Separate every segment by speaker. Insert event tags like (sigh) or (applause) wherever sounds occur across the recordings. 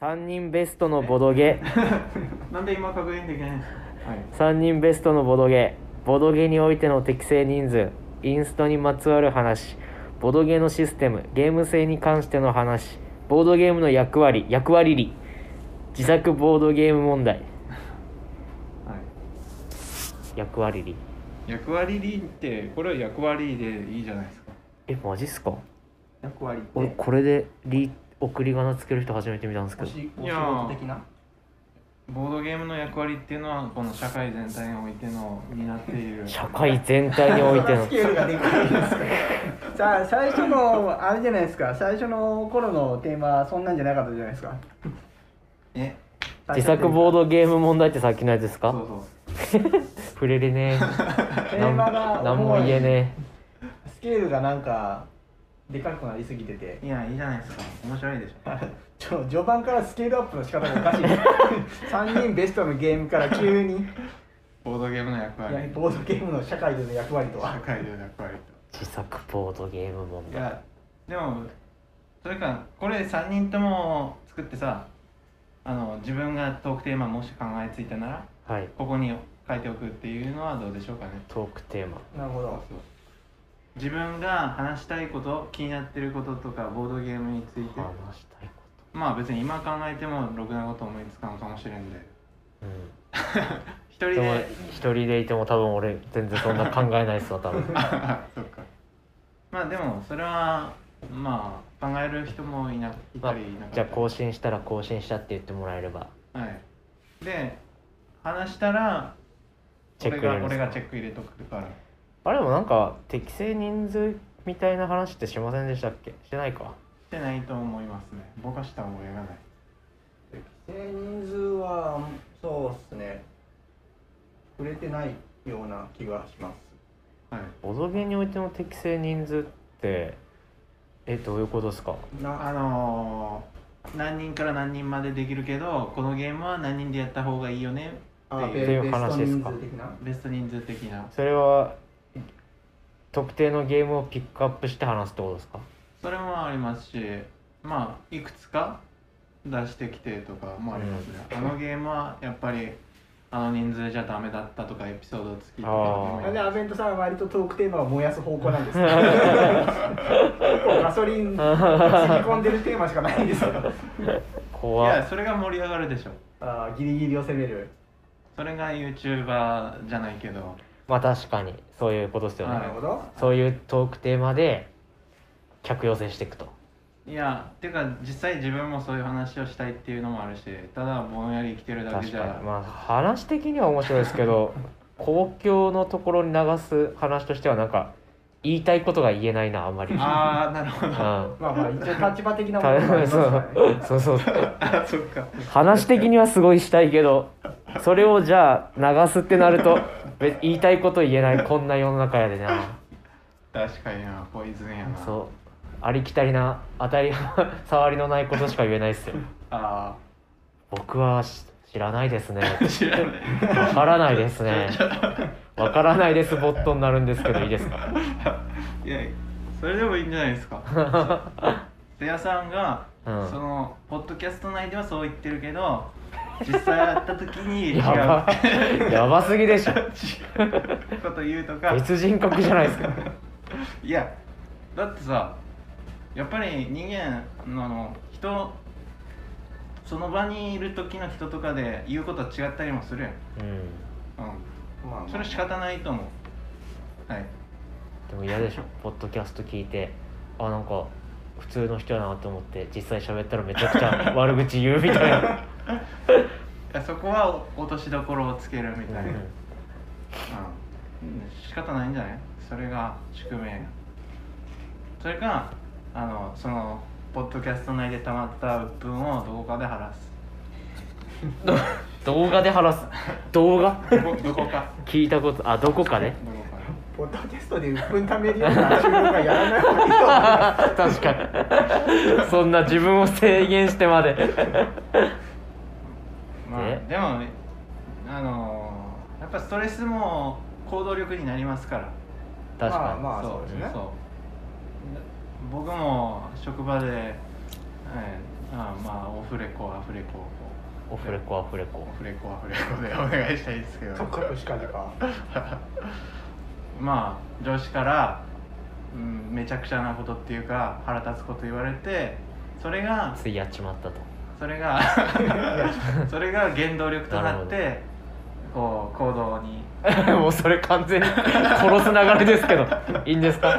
Speaker 1: 3人ベストのボドゲ
Speaker 2: (laughs) なんで今確認できないんですか
Speaker 3: はい
Speaker 1: 3人ベストのボドゲボドゲにおいての適正人数インストにまつわる話ボドゲのシステムゲーム性に関しての話ボードゲームの役割役割理自作ボードゲーム問題
Speaker 3: は
Speaker 1: 役割理
Speaker 3: い役割理ってこれは役割でいいじゃないですか
Speaker 1: えマジっすか
Speaker 4: 役割って
Speaker 1: 俺これでリ送り仮名つける人初めて見たんですけ
Speaker 4: お
Speaker 1: ど
Speaker 4: 仕お
Speaker 2: い
Speaker 4: 仕
Speaker 2: や
Speaker 4: 事的な
Speaker 2: ボードゲームの役割っていうのはこの社会全体においての担ってい (laughs) る
Speaker 1: 社会全体においての
Speaker 4: スケールがでかいですね (laughs) さあ最初のあれじゃないですか最初の頃のテーマはそんなんじゃなかったじゃないですか
Speaker 2: え
Speaker 1: (laughs) 自作ボードゲーム問題ってさっきのやつです
Speaker 2: そう
Speaker 1: か
Speaker 2: そう
Speaker 1: 触れれねえ
Speaker 4: テ
Speaker 1: な
Speaker 4: ー
Speaker 1: ん
Speaker 4: マが
Speaker 1: なんも言えねえ
Speaker 4: スケールがなんかでかくなりすぎてて
Speaker 2: いやいいじゃないですか面白いでしょ
Speaker 4: ちょ序盤からスケールアップの仕方がおかしい
Speaker 1: (laughs)
Speaker 4: 3人ベストのゲームから急に、
Speaker 2: ボードゲームの役割
Speaker 4: いやボードゲームの社会での役割と
Speaker 2: 社
Speaker 4: は
Speaker 2: 会での役割と
Speaker 1: 自作ボードゲーム問
Speaker 2: い
Speaker 1: 題
Speaker 2: やでもそれかこれ3人とも作ってさあの自分がトークテーマもし考えついたなら
Speaker 1: はい
Speaker 2: ここに書いておくっていうのはどうでしょうかね
Speaker 1: トークテーマ
Speaker 4: なるほど
Speaker 2: 自分が話したいこと気になってることとかボードゲームについて
Speaker 1: 話したいこ
Speaker 2: まあ別に今考えてもろくなこと思いつかんかもしれんで
Speaker 1: とうん
Speaker 2: 一人
Speaker 1: でも
Speaker 2: で (laughs)
Speaker 1: 一人でいても多分俺全然そんな考えないっすわ多分
Speaker 2: (laughs) そっかまあでもそれはまあ考える人もいない
Speaker 1: ま
Speaker 2: た
Speaker 1: あ
Speaker 2: りいなかったり、
Speaker 1: じゃあ更新したら更新したって言ってもらえれば
Speaker 2: はい、で話したら
Speaker 1: チェック入れ
Speaker 2: 俺
Speaker 1: る
Speaker 2: が
Speaker 1: んで
Speaker 2: 俺
Speaker 1: すか
Speaker 2: がチェック入れとくから
Speaker 1: あれもなんか適正人数みたいな話ってしませんでしたっけしてないか
Speaker 2: してないと思いますねぼかした覚えがない
Speaker 4: 規制人数はそうっすね触れてないような気がします
Speaker 2: はい
Speaker 1: ボドゲにおいての適正人数ってえどういうことですか
Speaker 4: な
Speaker 2: あのー何人から何人までできるけどこのゲームは何人でやった方がいいよね
Speaker 4: あ
Speaker 2: って
Speaker 4: ベ
Speaker 1: いう
Speaker 4: ベスト
Speaker 1: 話です
Speaker 4: 人
Speaker 1: か
Speaker 4: 数的な
Speaker 2: ベスト人数的な
Speaker 1: それは特定のゲームをピックアップして話すってことですか
Speaker 2: それもありますしまあいくつか出してきてとかもありますね、あのゲームはやっぱりあの人数じゃダメだったとかエピソード付きとかでも
Speaker 1: あ
Speaker 2: い
Speaker 1: ー
Speaker 2: い
Speaker 4: でアベントさんは割とトークテーマを燃やす方向なんです (laughs) けどガソリン染み込んでるテーマしかないん (laughs) ですよ
Speaker 2: い
Speaker 1: 怖
Speaker 2: や
Speaker 1: っ
Speaker 2: それが盛り上がるでしょ
Speaker 4: あーギリギリを攻める
Speaker 2: それが YouTuber じゃないけど
Speaker 1: まあ確かにそういうことですよね、
Speaker 2: はい
Speaker 4: なるほど
Speaker 1: そういうトークテーマで客寄せしていくと
Speaker 2: いやてか実際自分もそういう話をしたいっていうのもあるしただぼんやり生きてるだけ
Speaker 1: 確
Speaker 2: じ
Speaker 1: か
Speaker 2: ゃ
Speaker 1: にまあ話的には面白いですけ
Speaker 2: (laughs)
Speaker 1: ど公共のところに流す話としてはなんか言いたいことが言えないなあんまり、うん、
Speaker 2: (laughs) ああなるほど
Speaker 4: まあまあ一応立場的なものがあり
Speaker 1: た
Speaker 4: ますからね
Speaker 1: そうそうそう
Speaker 2: あそっか
Speaker 1: 話的にはすごいしたいけどそれをじゃあ流すってなると別言いたいこと言えないこんな世の中やでな
Speaker 2: 確かになポイズンやな
Speaker 1: そうありきたりな当たり (laughs) 障りのないことしか言えないっすよ
Speaker 2: あ
Speaker 1: 僕はし知らないですね
Speaker 2: あ知らない
Speaker 1: わからないですねわからないですボットになるんですけどいいですか
Speaker 2: いやそれでもいいんじゃないですか瀬谷さんが、
Speaker 1: うん
Speaker 2: そのポッドキャスト内ではそう言ってるけど実際会った時に違
Speaker 1: (laughs)
Speaker 2: う
Speaker 1: やばやばすぎでしょ
Speaker 2: 違うこと言うとか
Speaker 1: 別人格じゃないですか
Speaker 2: いやだってさやっぱり人間のあの人その場にいる時の人とかで言うことは違ったりもするやん、
Speaker 1: うん
Speaker 4: まあま
Speaker 2: う
Speaker 4: あ
Speaker 2: ん、それ仕方ないと思うはい
Speaker 1: でも嫌でしょポッドキャスト聞いてあなんか普通の人やなと思って実際喋ったらめちゃくちゃ悪口言うみたいな、
Speaker 2: いやそこは落としどころをつけるみたいな、うん仕方ないんじゃないそれが宿命やそれかあのそのポッドキャスト内でたまった鬱憤を動画で晴らす
Speaker 1: 動画で話す動画
Speaker 2: どこ (laughs) どこか
Speaker 1: 聞いたことあどこかね
Speaker 2: どこか
Speaker 4: ポッドキャストでうっぷんためるような収録はやらない方がいいと思いま
Speaker 1: 確
Speaker 4: す
Speaker 1: かにそんな自分を制限してまで
Speaker 2: まあ、
Speaker 1: え
Speaker 2: でもあのーやっぱストレスも行動力になりますから
Speaker 1: 確かに、
Speaker 4: まあまあそうですね
Speaker 2: そう僕も職場で、えああまあオフレコアフレコを
Speaker 1: オフレコアフレコ
Speaker 2: オフレコアフレコでお願いしたいですけど
Speaker 4: とっかくしかじか
Speaker 2: まあ上司から、うん、めちゃくちゃなことっていうか腹立つこと言われてそれが
Speaker 1: ついやっちまったと
Speaker 2: それ
Speaker 4: (laughs)
Speaker 2: がそれが原動力となってこう行動に
Speaker 1: (laughs) もうそれ完全に殺す流れですけどいいんですか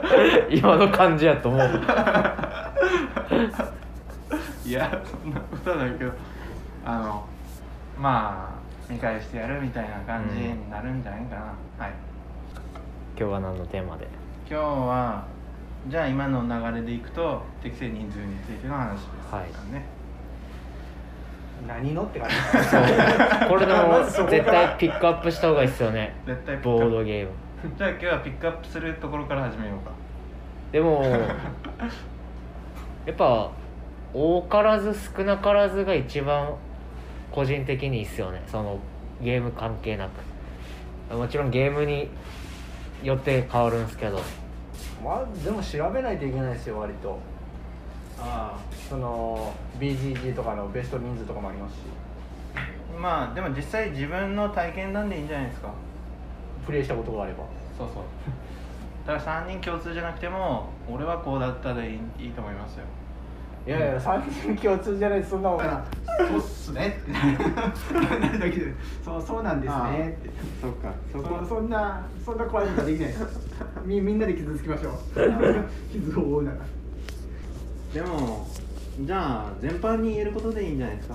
Speaker 1: (laughs) 今の感じやと思う
Speaker 2: いやそんなことはないけどあのまあ見返してやるみたいな感じになるんじゃないかな、はい
Speaker 1: 今日は何のテーマで
Speaker 2: 今日はじゃあ今の流れでいくと適正人数についての話ですかね、
Speaker 4: 何のって感じ
Speaker 1: これでも
Speaker 4: まずそこから
Speaker 1: 絶対ピックアップした方がいいっすよね
Speaker 2: 絶対ピックア
Speaker 1: ボ
Speaker 2: ップ
Speaker 1: ードゲーム
Speaker 2: じゃあ今日はピックアップするところから始めようか
Speaker 1: でもやっぱ多からず少なからずが一番個人的にいいっすよねそのゲーム関係なくもちろんゲームによって変わるんすけど
Speaker 4: (laughs) まあでも調べないといけないですよ割と
Speaker 2: あ
Speaker 4: その BGG とかのベスト人数とかもありますし
Speaker 2: あまあでも実際自分の体験談でいいんじゃないですか
Speaker 4: プレイしたことがあれば
Speaker 2: そうそうだから3人共通じゃなくても俺はこうだったでいいいいと思いますよ
Speaker 4: いやいや3人共通じゃないですそんなもん
Speaker 5: そうっすね (laughs) ってなるだけでそうそうなんですねって
Speaker 2: そっか
Speaker 5: そそんなそんな怖いことはできないですみみんなで傷つきま (laughs) しょう傷を負うなら
Speaker 2: でもじゃあ全般に言えることでいいんじゃないですか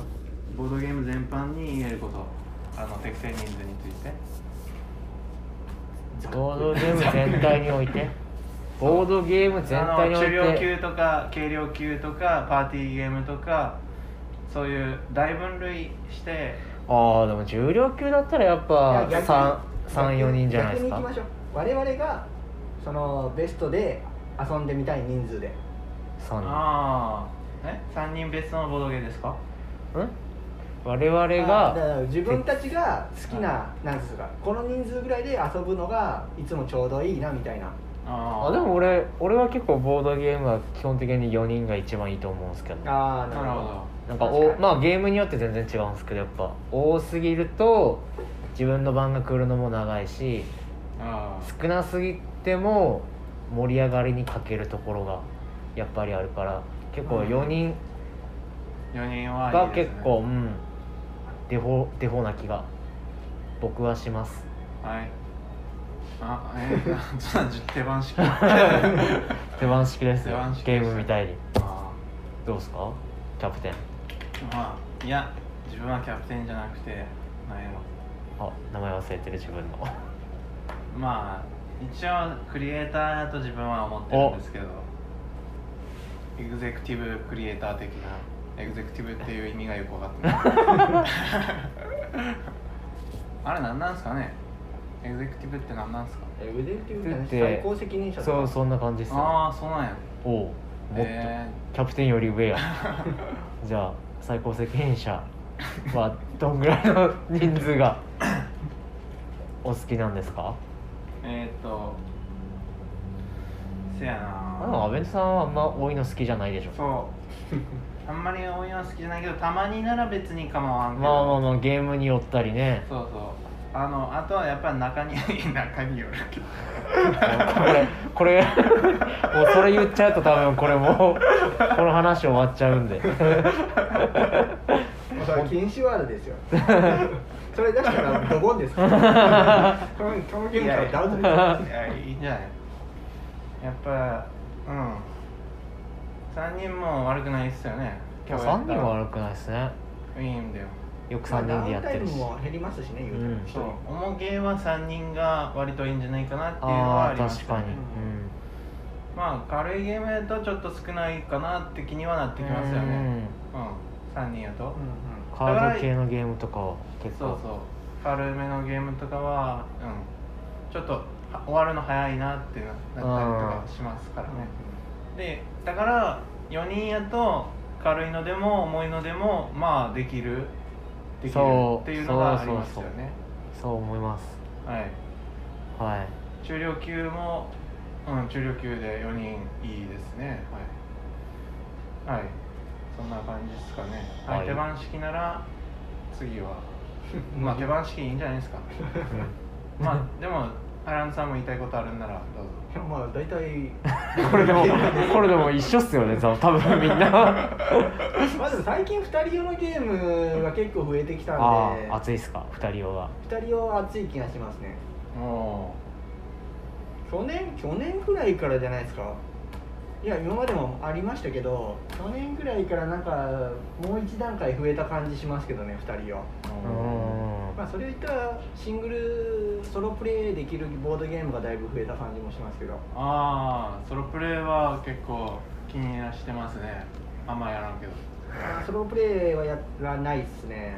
Speaker 2: ボードゲーム全般に言えることあの適正人数について
Speaker 1: ボードゲーム全体におい
Speaker 4: (laughs)
Speaker 1: てボードゲーム全体におい
Speaker 2: あの中量
Speaker 1: て
Speaker 2: 級とか軽量級とかパーティーゲームとかそういう大分類して
Speaker 1: ああでも重量級だったらやっぱ
Speaker 4: いや逆に
Speaker 1: 34人じゃないです
Speaker 4: 逆に行きま
Speaker 1: か
Speaker 4: しょう我々がそのベストで遊んでみたい人数で
Speaker 1: 3
Speaker 2: ああえ3人別のボードゲーですか
Speaker 1: 人ん我々
Speaker 4: あだか
Speaker 1: が
Speaker 4: ら自分たちが好きななんですかこの人数ぐらいで遊ぶのがいつもちょうどいいなみたいな
Speaker 2: あー
Speaker 1: あでも俺俺は結構ボードゲームは基本的に4人が一番いいと思うんですけど
Speaker 4: ああ
Speaker 2: なるほど
Speaker 1: なんか
Speaker 4: 確
Speaker 1: お
Speaker 4: かに
Speaker 1: まあゲームによって全然違うんですけどやっぱ多すぎると自分の番が来るのも長いし
Speaker 2: あ
Speaker 1: 少なすぎても盛り上がりに欠けるところがやっぱりあるから結構4人
Speaker 2: あ4人はいい
Speaker 1: が
Speaker 2: です
Speaker 1: 結
Speaker 2: ね
Speaker 1: 構うんデフォデフォな気が僕はします
Speaker 2: はいあえー、 (laughs) そんな手番
Speaker 1: (laughs)
Speaker 2: 式 (laughs)
Speaker 1: 手番式ですよ
Speaker 2: 手番式
Speaker 1: ゲ
Speaker 2: です
Speaker 1: ームみたいに
Speaker 2: あ
Speaker 1: どうですかキャプテン
Speaker 2: ーまあいや自分はキャプテンじゃなくてなんやろ
Speaker 1: あ名前忘れてる自分
Speaker 2: (laughs)
Speaker 1: の
Speaker 2: まあ一応クリエイターと自分は思ってるんですけどエグゼクティブクリエイター的なエグゼクティブっていう意味がよく分か
Speaker 1: (laughs)
Speaker 2: ってないあれ何なんですかねエグゼクティブって何なんですか
Speaker 4: エグゼクティブ
Speaker 1: だっ
Speaker 4: って
Speaker 1: て
Speaker 4: 最高責任者とか
Speaker 1: そうそんな感じですよ
Speaker 2: ああそうなんや
Speaker 1: おおうもっと、
Speaker 2: え
Speaker 1: キャプテンより
Speaker 2: (laughs)
Speaker 1: 上やじゃあ最高責任者はどんぐらいの人数がお好きなんですか
Speaker 2: ー、えー、っとせや
Speaker 1: あ
Speaker 2: な
Speaker 1: でも阿部さんはあんま多いの好きじゃないでしょ
Speaker 2: そう (laughs) あんまり多いのは好きじゃないけどたまになら別に構わんけど、
Speaker 1: まあまあまあゲームによったりね
Speaker 2: そうそうあのあとはやっぱ中に中によるけど
Speaker 1: これこれもうそれ言っちゃうと多分これもうこの話終わっちゃうんで
Speaker 4: それ禁止ワードですよそれ出したらドボンで
Speaker 1: (laughs)
Speaker 4: すからこのこのゲームからダウトですよ
Speaker 2: いやいいんじゃないやっぱうん3人も悪くないっすよね今日や
Speaker 1: 3
Speaker 2: った
Speaker 1: 人
Speaker 2: ら
Speaker 1: は悪くないですね
Speaker 2: いいんだよ
Speaker 1: よく3人でやってるし、
Speaker 4: まあダウンタイムも減りますしね言うて
Speaker 1: うん
Speaker 4: 一
Speaker 2: そ
Speaker 4: 人
Speaker 2: う重げは3人が割といいんじゃないかなっていうのは
Speaker 1: あ
Speaker 2: あ
Speaker 1: あ
Speaker 2: ります
Speaker 1: 確
Speaker 2: ね
Speaker 1: かに、
Speaker 2: まあ軽いゲームやとちょっと少ないかなって気にはなって
Speaker 1: うん
Speaker 2: きますよ
Speaker 1: う
Speaker 2: ね
Speaker 1: ん
Speaker 2: うん、3人やと、
Speaker 4: うんうん
Speaker 1: カード系のゲームとかは結構
Speaker 2: そうそう軽めのゲームとかはうんちょっとは終わるの早いなってなったりとかしますからねでだから4人やと軽いのでも重いのでもまあできるできる
Speaker 1: そう
Speaker 2: っていうのがありますよ
Speaker 1: そう
Speaker 2: ね
Speaker 1: そう思います
Speaker 2: はい (laughs)
Speaker 1: はい
Speaker 2: 中量級もうん中量級で4人いいですねはい、はい、そんな感じですかね、
Speaker 1: はい
Speaker 2: はい、手番式なら
Speaker 1: (laughs)
Speaker 2: 次はまあ手番式いいんじゃないですかまあでもアランさんも言いたいことあるんならどうぞ
Speaker 4: いやまあ大体
Speaker 1: (laughs) これでもこれでも一緒っすよね多分みん
Speaker 2: (laughs)
Speaker 1: な
Speaker 4: (laughs) まあでも最近2人用のゲームが結構増えてきた
Speaker 1: あ
Speaker 4: んで
Speaker 1: あ熱いっすか二人用は
Speaker 4: 2人用熱い気がしますね
Speaker 2: も
Speaker 4: 去年去年くらいからじゃないですかいや今までもありましたけど去年くらいからなんかもう一段階増えた感じしますけどね2人用
Speaker 2: う
Speaker 1: う
Speaker 2: も
Speaker 1: ん
Speaker 4: まあそれを言ったらシングルソロプレイできるボードゲームがだいぶ増えた感じもしますけど
Speaker 2: うああソロプレイは結構気にしてますねあんまやらんけど
Speaker 4: あーソロプレイはやらないっすね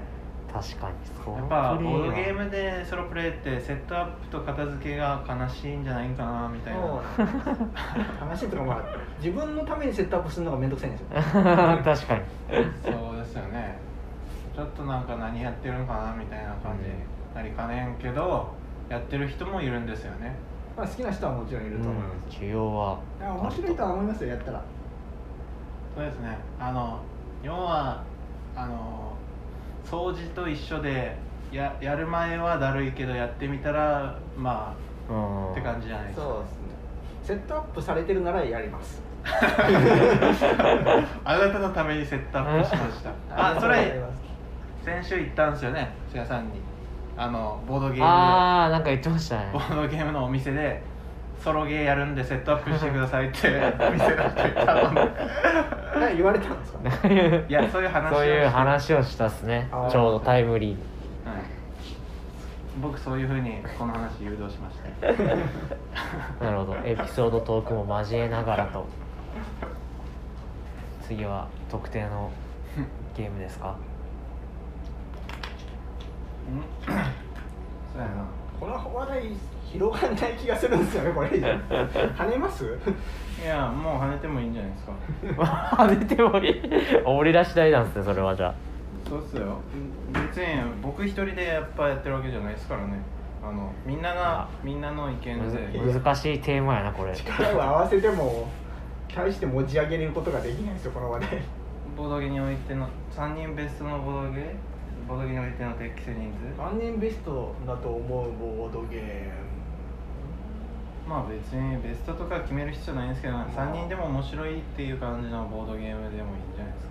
Speaker 1: 確かにそう
Speaker 2: やっぱボードゲー
Speaker 1: ム
Speaker 2: ムでソロプレイってセットアップと片付けが悲しいんじゃないかなみたいな
Speaker 4: もう話とかまあ自分のためにセットアップするのがめんどくさいんですよ
Speaker 1: (laughs) 確かに
Speaker 2: そうですよねちょっとなんか何やってるのかなみたいな感じになりかねんけど、やってる人もいるんですよね
Speaker 4: まあ好きな人はもちろんいる
Speaker 1: う
Speaker 4: と思い
Speaker 1: ん
Speaker 4: ます、
Speaker 1: 需要は
Speaker 5: あ面白いとは思いますよやったら
Speaker 2: そうですねあの要はあの掃除と一緒でややる前はだるいけどやってみたらま
Speaker 1: うん
Speaker 2: あって感じじゃないですか
Speaker 4: そうですねセットアップされてるならやります
Speaker 2: あなたのためにセットアップしましたあそれ先週言ったんですよね土屋さんにあのボードゲームの
Speaker 1: ああなんか言ってました (laughs) ね
Speaker 2: ボードゲームのお店でソロゲーやるんでセットアップしてくださいってお店だって頼んで
Speaker 4: 何言われたんですか
Speaker 2: いやそういう話を
Speaker 1: そういう
Speaker 2: して
Speaker 1: 話をしたっすね
Speaker 4: あー
Speaker 1: ちょうどタイムリーに
Speaker 2: はい僕そういうふうにこの話誘導しました
Speaker 1: なるほどエピソードトークも交えながらと次は特定のゲームです (laughs) か
Speaker 2: うん (clears throat) そうやな
Speaker 4: (laughs) この話題広がんない気がするんですよねこれ以上跳ねます
Speaker 2: いやもう跳ねてもいいんじゃないですか
Speaker 1: 出ても (laughs) いい俺ら次第なんですねそれはじゃ
Speaker 2: そうっすよ別に僕一人でやっぱやってるわけじゃないですからねあのみんながみんなの意
Speaker 1: あ
Speaker 2: 見
Speaker 1: むず
Speaker 2: で
Speaker 1: 難しいテーマやなこれ
Speaker 4: 力を合わせても大して持ち上げることができないんですよこの話題
Speaker 2: ボードゲにおいての3人ベストのボードゲボードゲにおいての適正人数
Speaker 4: 何年ベストだと思うボードゲーム
Speaker 2: まあ別にベストとか決める必要ないんですけど3人でも面白いっていう感じのボードゲームでもいいんじゃないですか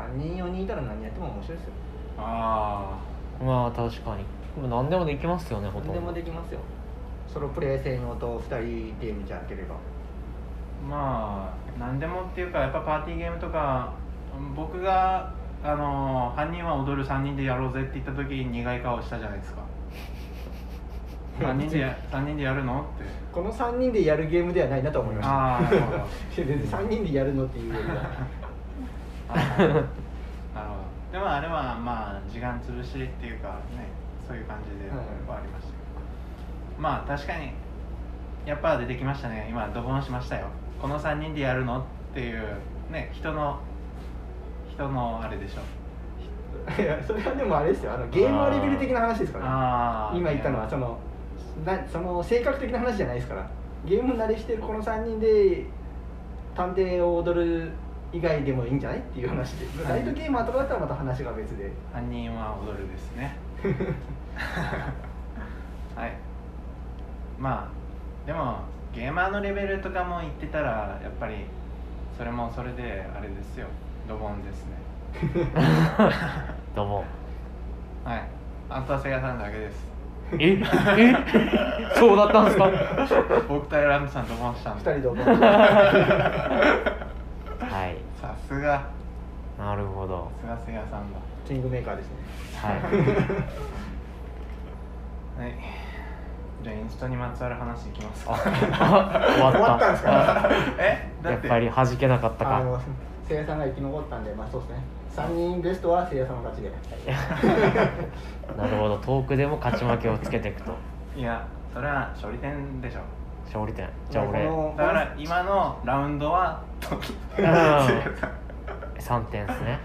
Speaker 4: 3人4人いたら何やっても面白いですよ
Speaker 2: あ
Speaker 1: まあ確かにでも何でもできますよねほとん
Speaker 4: 何
Speaker 1: ど
Speaker 4: でもできますよソロプレイ専用と2人ゲームじゃなければ
Speaker 2: あまあ何でもっていうかやっぱパーティーゲームとか僕があの犯人は踊る3人でやろうぜって言った時に苦い顔したじゃないですか3人でや3人でやるのって
Speaker 4: この3人でやるゲームではないなと思いました
Speaker 2: ああなるほど
Speaker 4: (laughs) 全然3人でやるのっていうよりは
Speaker 2: あーなるほどでもあれはまあ時間潰しっていうかねそういう感じで
Speaker 4: はい
Speaker 2: はありましたけど、まあ確かにやっぱ出てきましたね今ドボンしましたよこの3人でやるのっていうね人の人のあれでしょ
Speaker 4: いやそれはでもあれですよあのゲームはレベル的な話ですから、
Speaker 2: ああ
Speaker 4: 今言ったのはそのなその性格的な話じゃないですからゲーム慣れしてるこの3人で探偵を踊る以外でもいいんじゃないっていう話で
Speaker 2: は
Speaker 4: ナ
Speaker 2: い
Speaker 4: イトゲームとかだったらまた話が別で
Speaker 2: 犯人は踊るですね
Speaker 4: (laughs)
Speaker 2: はいまあでもゲーマーのレベルとかも言ってたらやっぱりそれもそれであれですよドボンですね
Speaker 1: どう
Speaker 4: (laughs)
Speaker 1: も
Speaker 2: はいあとはセガさんだけです
Speaker 1: え (laughs) えそうだったんですか
Speaker 2: 僕とアイランドさんドボンしたん
Speaker 4: 2
Speaker 2: で
Speaker 4: 人で踊る (laughs)
Speaker 1: はい
Speaker 2: さすが
Speaker 1: なるほど
Speaker 2: さすがセガさんだ
Speaker 4: キングメーカーですね (laughs)
Speaker 1: はい
Speaker 2: はいじゃあインスタにまつわる話いきます
Speaker 1: あ
Speaker 2: か
Speaker 1: 終わった
Speaker 4: 終わったんですか
Speaker 2: (laughs) えだ
Speaker 1: や
Speaker 2: っ
Speaker 1: ってぱり弾けなかった
Speaker 4: あの (laughs)
Speaker 1: か
Speaker 4: せいやさんが生き残ったんでまあそうですね3人ベストはせいやさんの勝ちで
Speaker 1: (laughs) なるほど遠くでも勝ち負けをつけていくと
Speaker 2: いやそれは勝利点でしょ
Speaker 1: 勝利点じゃあ
Speaker 4: この
Speaker 1: 俺
Speaker 2: だから今のラウンドは
Speaker 1: 3点ですね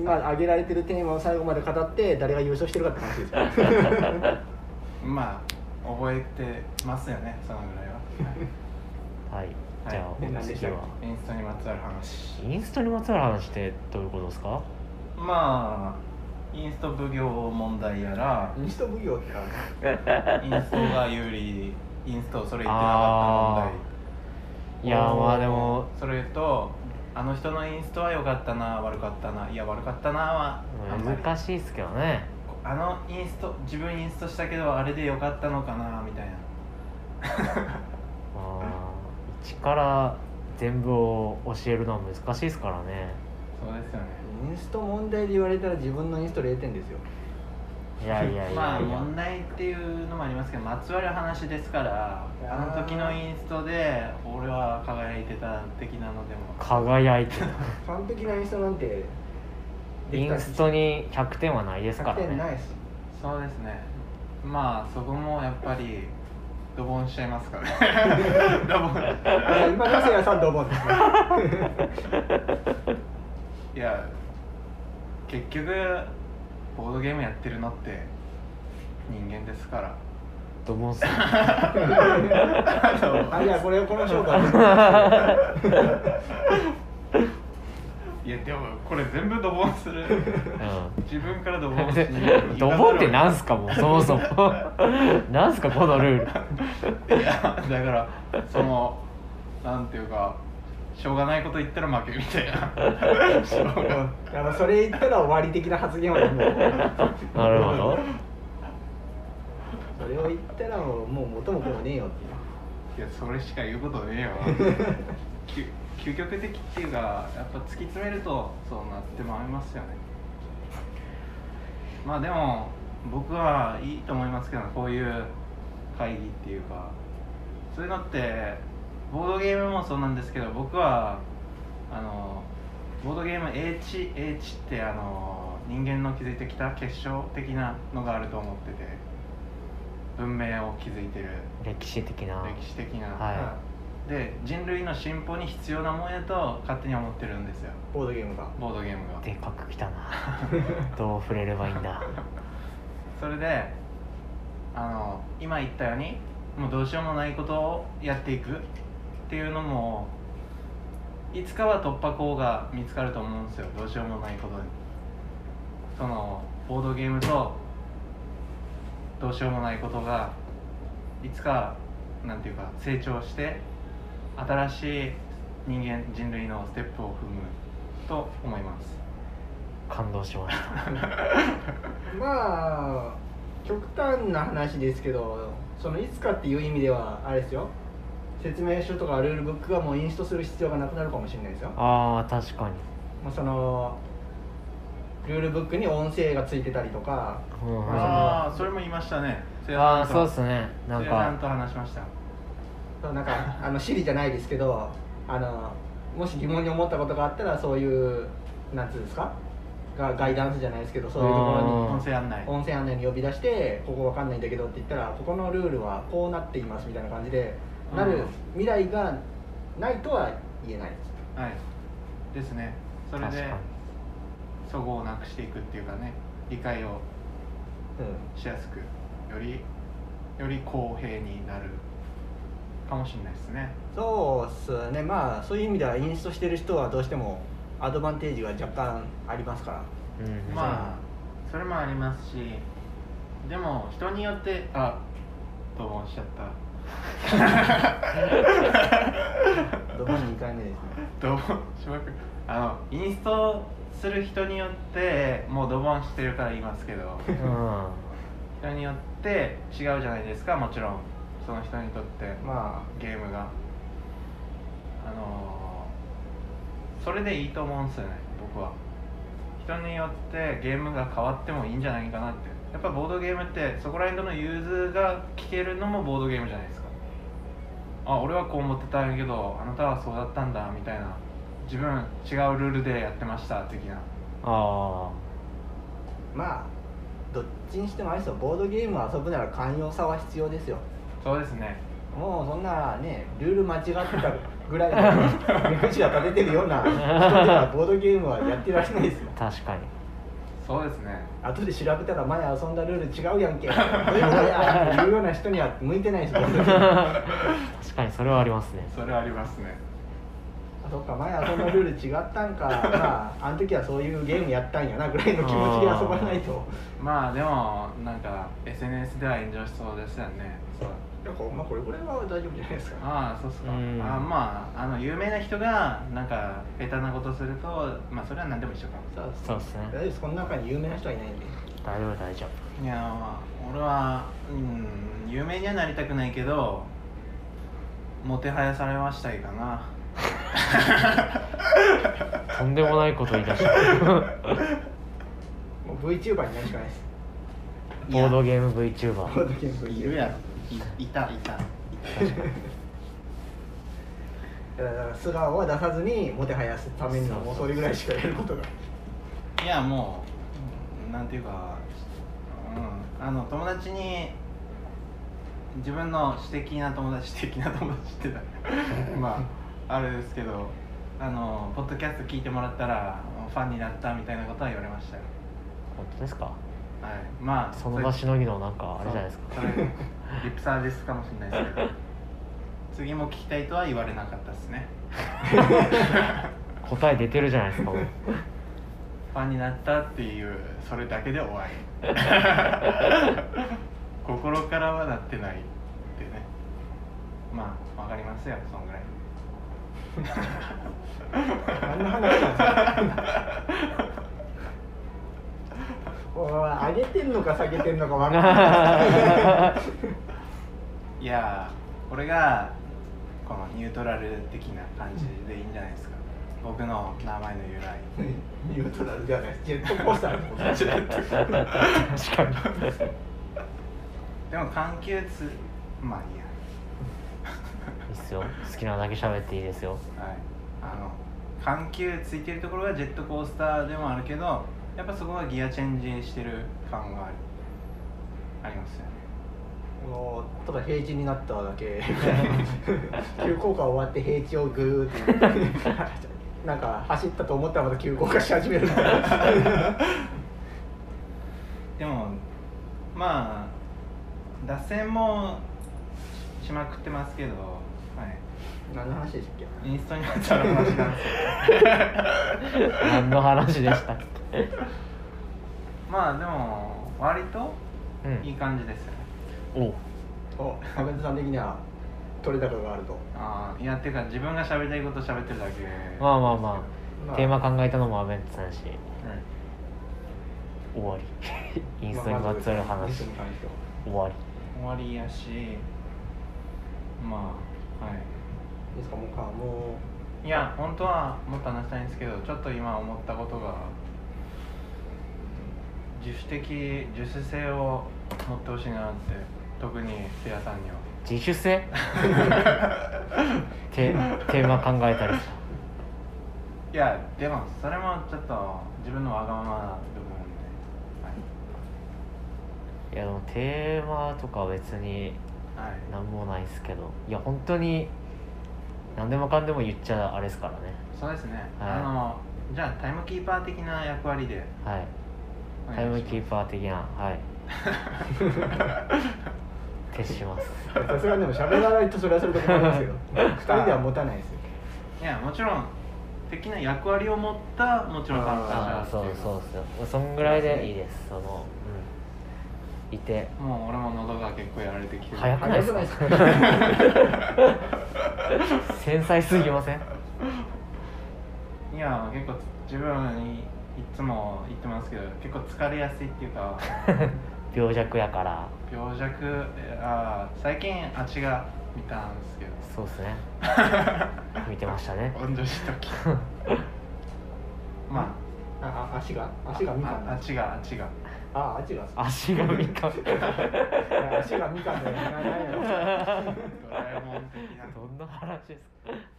Speaker 4: 今挙げられてるテーマを最後まで語って誰が優勝してるかって話ですから
Speaker 2: まあ覚えてますよねそのぐらいは
Speaker 1: はい
Speaker 2: はい
Speaker 1: じゃあお
Speaker 4: 何でし
Speaker 1: 次
Speaker 4: たっ
Speaker 1: は
Speaker 2: インスタにまつわる話
Speaker 1: インスタにまつわる話ってどういうことですか
Speaker 2: まあインスト奉行問題や (laughs) ら
Speaker 4: (laughs) インスト奉行ってある
Speaker 2: インストが有利インストそれ言ってなかった問題
Speaker 1: いやーまあでも
Speaker 2: それとあの人のインストは良かったな悪かったないや悪かったなはあんまり
Speaker 1: 難しいですけどね
Speaker 2: あのインスト自分インストしたけどあれで良かったのかなみたいな
Speaker 1: まあ一から全部を教えるのは難しいですからね
Speaker 2: そうですよね
Speaker 4: インスト問題で言われたら自分のインスト0点ですよ
Speaker 1: いやいやいやいや、
Speaker 2: まあ問題っていうのもありますけどまつわる話ですから
Speaker 4: いや
Speaker 2: あ
Speaker 4: ー
Speaker 2: の時のインストで俺は輝いてた的なのでも
Speaker 1: 輝いてる
Speaker 4: 完璧なインストなんてで
Speaker 1: イ
Speaker 4: きた
Speaker 1: ンストに100点はないですから
Speaker 4: 100点な
Speaker 1: ね
Speaker 4: いし
Speaker 2: そうですねまあそこもやっぱりドボンしちゃいますから (laughs) ねドボン
Speaker 4: 今のせやさんどう思うんですか
Speaker 2: いや結局ボードゲームやってるのって人間ですから
Speaker 1: ドボンする (laughs)
Speaker 2: あの
Speaker 4: あいやこれこの紹介
Speaker 2: いやでもこれ全部ドボンする
Speaker 1: う
Speaker 2: 自分からドボンし
Speaker 1: ん (laughs) ドボンってなん
Speaker 2: す
Speaker 1: すかもうそもそもなんすかこのルール
Speaker 2: いや (laughs) だからそのなんていうかしょうがないこと言ったら負けみたいな (laughs) しょうが
Speaker 4: だからそれ言ったら終わり的な発言はもう
Speaker 1: なるほど
Speaker 4: それを言ったらもうもう元も子もねえよっていう
Speaker 2: いやそれしか言うことねえよ究究極的っていうかやっぱ突き詰めるとそうなってまいりますよねまあでも僕はいいと思いますけどこういう会議っていうかそういうのってボードゲームもそうなんですけど僕はあのボードゲーム H, H ってあの人間の築いてきた結晶的なのがあると思ってて文明を築いてる
Speaker 1: 歴史的な
Speaker 2: 歴史的な、
Speaker 1: は
Speaker 2: で人類の進歩に必要なもんやと勝手に思ってるんですよ
Speaker 4: ボードゲームが
Speaker 2: ボードゲームが
Speaker 1: でかく来たなどう触れればいいんだ
Speaker 2: それであの今言ったようにもうどうしようもないことをやっていくっていうのもいつかは突破口が見つかると思うんですよどうしようもないことにそのボードゲームとどうしようもないことがいつかなんていうか成長して新しい人間人類のステップを踏むと思います
Speaker 1: 感動しました
Speaker 4: まあ極端な話ですけどそのいつかっていう意味ではあれですよ説明書とかルールブックがもうインストする必要がなくなるかもしれないですよ
Speaker 1: あー確かに
Speaker 4: もうそのルールブックに音声がついてたりとか
Speaker 1: うん
Speaker 2: ああそれも言いましたね
Speaker 1: ああそうっすねなん
Speaker 2: せいやさん
Speaker 1: か
Speaker 2: と話しました
Speaker 4: そうなんかあの Siri じゃないですけどあのもし疑問に思ったことがあったらそういうなんつうんですかがガイダンスじゃないですけどそういうところに
Speaker 1: うん
Speaker 2: 音声案内
Speaker 4: 音声案内に呼び出して「ここわかんないんだけど」って言ったら「ここのルールはこうなっています」みたいな感じで
Speaker 2: うん
Speaker 4: なる未来がないとは言えない
Speaker 2: はいですねそれ
Speaker 1: 確か
Speaker 2: で
Speaker 1: に
Speaker 2: そごをなくしていくっていうかね理解をしやすくよりより公平になるかもしれないですね
Speaker 4: そうっすねまあそういう意味ではインストしてる人はどうしてもアドバンテージが若干ありますから
Speaker 1: うん
Speaker 2: まあそれもありますしでも人によってあドボンしちゃった (laughs)
Speaker 4: ドボン2回目ですね
Speaker 2: ドボンしまくるあのインストする人によってもうドボンしてるから言いますけ
Speaker 1: (laughs)
Speaker 2: ど
Speaker 1: うん
Speaker 2: 人によって違うじゃないですかもちろんその人にとって
Speaker 4: ま
Speaker 2: ゲームがあのーそれでいいと思うんですよね僕は人によってゲームが変わってもいいんじゃないかなってやっぱボードゲームってそこら辺との融通が聞けるのもボードゲームじゃないですかあ俺はこう思ってたんやけどあなたはそうだったんだみたいな自分違うルールでやってました的な
Speaker 1: あ
Speaker 4: あまあどっちにしてもあれですよボードゲームを遊ぶなら寛容さは必要ですよ
Speaker 2: そうですね
Speaker 4: もうそんなねルール間違ってたぐらいの目くじが立ててるような人ではボードゲームはやってられないですよ
Speaker 1: あ確かに
Speaker 2: そうですね
Speaker 4: 後で調べたら前遊んだルール違うやんけどういうことやっていうような人には向いてないですボードゲーム
Speaker 1: 確かにそれはありますね
Speaker 2: それありますね
Speaker 4: あそっか前遊んだルール違ったんかまああの時はそういうゲームやったんやなぐらいの気持ちで遊ばないと
Speaker 2: まあでもなんか SNS では炎上しそうですよねそう
Speaker 4: いやこまあこれぐらいは大丈夫じゃないですか
Speaker 2: ああそうっすか、
Speaker 1: うん
Speaker 2: あまああの有名な人がなんか下手なことするとまあそれは何でも一緒か
Speaker 4: そうです
Speaker 1: そうですね
Speaker 4: 大丈夫ですこの中に有名な人はいないんで
Speaker 1: 大丈夫大丈夫
Speaker 2: いやまあ俺はうん有名にはなりたくないけどもてはやされましたいかな
Speaker 1: とんでもないこと言い
Speaker 4: (laughs)
Speaker 1: 出した
Speaker 4: もう VTuber になるしかない (laughs) です
Speaker 1: ボード
Speaker 2: い
Speaker 1: ゲーム
Speaker 4: ボ
Speaker 1: VTuber
Speaker 4: ードゲー
Speaker 2: やい
Speaker 4: ム VTuber
Speaker 2: るやろいいたいた
Speaker 1: (laughs)
Speaker 4: だから素顔は出さずにもてはやすためにはもうそれぐらいしかやる (laughs) ことが
Speaker 2: いやもうなんていうか、うん、あの友達に自分の私的な友達私的な友達ってだまああれですけどあのポッドキャスト聞いてもらったらファンになったみたいなことは言われましたよ
Speaker 1: 本当ですか
Speaker 2: はいまあ
Speaker 1: その場しのぎのなんかあれじゃないですか
Speaker 2: そうそれリップサービスかもしれないですけど次も聞きたいとは言われなかったですね
Speaker 1: 答え出てるじゃないですかもう
Speaker 4: (laughs)
Speaker 2: ファンになったっていうそれだけで終わり心からはなってないってねまあわかりますよそんぐらい
Speaker 4: あんな話なんですか (laughs) おい上げてんのか下げてんのか分かん (laughs) ない
Speaker 2: いやーこれがこのニュートラル的な感じでいいんじゃないですか僕の名前の由来
Speaker 4: ニュートラルじゃないジェットコースターのこと
Speaker 1: 確かに
Speaker 2: でも緩急つまあいいや
Speaker 1: いいっすよ好きなだけ喋っていいですよ
Speaker 2: はい、あの緩急ついてるところがジェットコースターでもあるけどやっぱそこはギアチェンジしてる感があるありますよね
Speaker 4: もうただ平地になっただ (laughs) け急降下終わって平地をグーってなんか走ったと思ったらまた急降下し始めるみたいな
Speaker 2: でもまあ脱線もしまくってますけど、はい、
Speaker 4: 何の話でしたっけ
Speaker 2: インストになったら話なんですよ
Speaker 1: (laughs) 何の話でしたっけ
Speaker 2: まあでも割と
Speaker 1: う
Speaker 2: いい
Speaker 1: ん
Speaker 2: 感じですよね
Speaker 1: おう
Speaker 4: お亀田さん的には取れ高があると
Speaker 2: ああいやっていうか自分が喋りたいこと喋ってるだけ
Speaker 1: まあまあま
Speaker 4: ま
Speaker 1: あ
Speaker 4: あ
Speaker 1: テーマ考えたのもアベンツさんし
Speaker 2: うん
Speaker 1: 終わ
Speaker 4: (laughs)
Speaker 1: りインスタにまつわる
Speaker 4: まあま
Speaker 1: 話
Speaker 4: ずインストに関しては
Speaker 1: 終わり
Speaker 2: 終わりやしまあはい
Speaker 4: いいですかもうかも
Speaker 2: いや本当はもっと話したいんですけどちょっと今思ったことが自主的自主性を持ってほしいなって特にせやさんには
Speaker 1: 自主
Speaker 4: (laughs)
Speaker 1: 性テテーマ考えたりした
Speaker 2: いやでもそれもちょっと自分のわがままな部分で、はい
Speaker 1: やでもテーマとかは別に
Speaker 2: いはい、
Speaker 1: 何もないですけどいや本当に何でもかんでも言っちゃあれですからね
Speaker 2: そうですね、
Speaker 1: はい
Speaker 2: あのじゃあタイムキーパー的な役割で
Speaker 1: はい
Speaker 2: お
Speaker 1: タイ
Speaker 2: 願
Speaker 1: ム
Speaker 2: いします
Speaker 1: キーパー的な
Speaker 2: (laughs)
Speaker 1: はい徹します
Speaker 4: うさすがにでも喋らないとそれはそれで困ります (laughs) けど二人では持たないですよ
Speaker 2: いやもちろん的な役割を持ったもちろん参
Speaker 1: あ
Speaker 2: 加
Speaker 1: あ
Speaker 2: 者
Speaker 1: そ
Speaker 2: っ
Speaker 1: う
Speaker 2: ていう
Speaker 1: そうですよそんぐらいでいいですそのうんいて
Speaker 2: もう俺も喉が結構やられてきてる
Speaker 1: 早くないですか
Speaker 4: 早
Speaker 1: 繊細すぎません
Speaker 2: いや結構つ自分にいつも言ってますけど結構疲れやすいっていう
Speaker 1: (laughs)
Speaker 2: か
Speaker 1: 病弱やから
Speaker 2: 病弱えあー最近あっちが見た
Speaker 1: (laughs)
Speaker 2: んですけど
Speaker 1: そうですね見てました
Speaker 2: (laughs)
Speaker 1: ね
Speaker 2: 温度し
Speaker 1: (laughs)
Speaker 2: た時ま
Speaker 4: ああ足が
Speaker 2: あ
Speaker 4: 足がみかん
Speaker 2: ああっ
Speaker 4: だ
Speaker 2: ちがあっ
Speaker 1: (laughs)
Speaker 2: ちが
Speaker 4: あ足が
Speaker 1: 足がみ
Speaker 2: (laughs)
Speaker 1: かん
Speaker 4: 足がみかんだよなななな
Speaker 2: ドラえもん的な
Speaker 1: どんな話ですか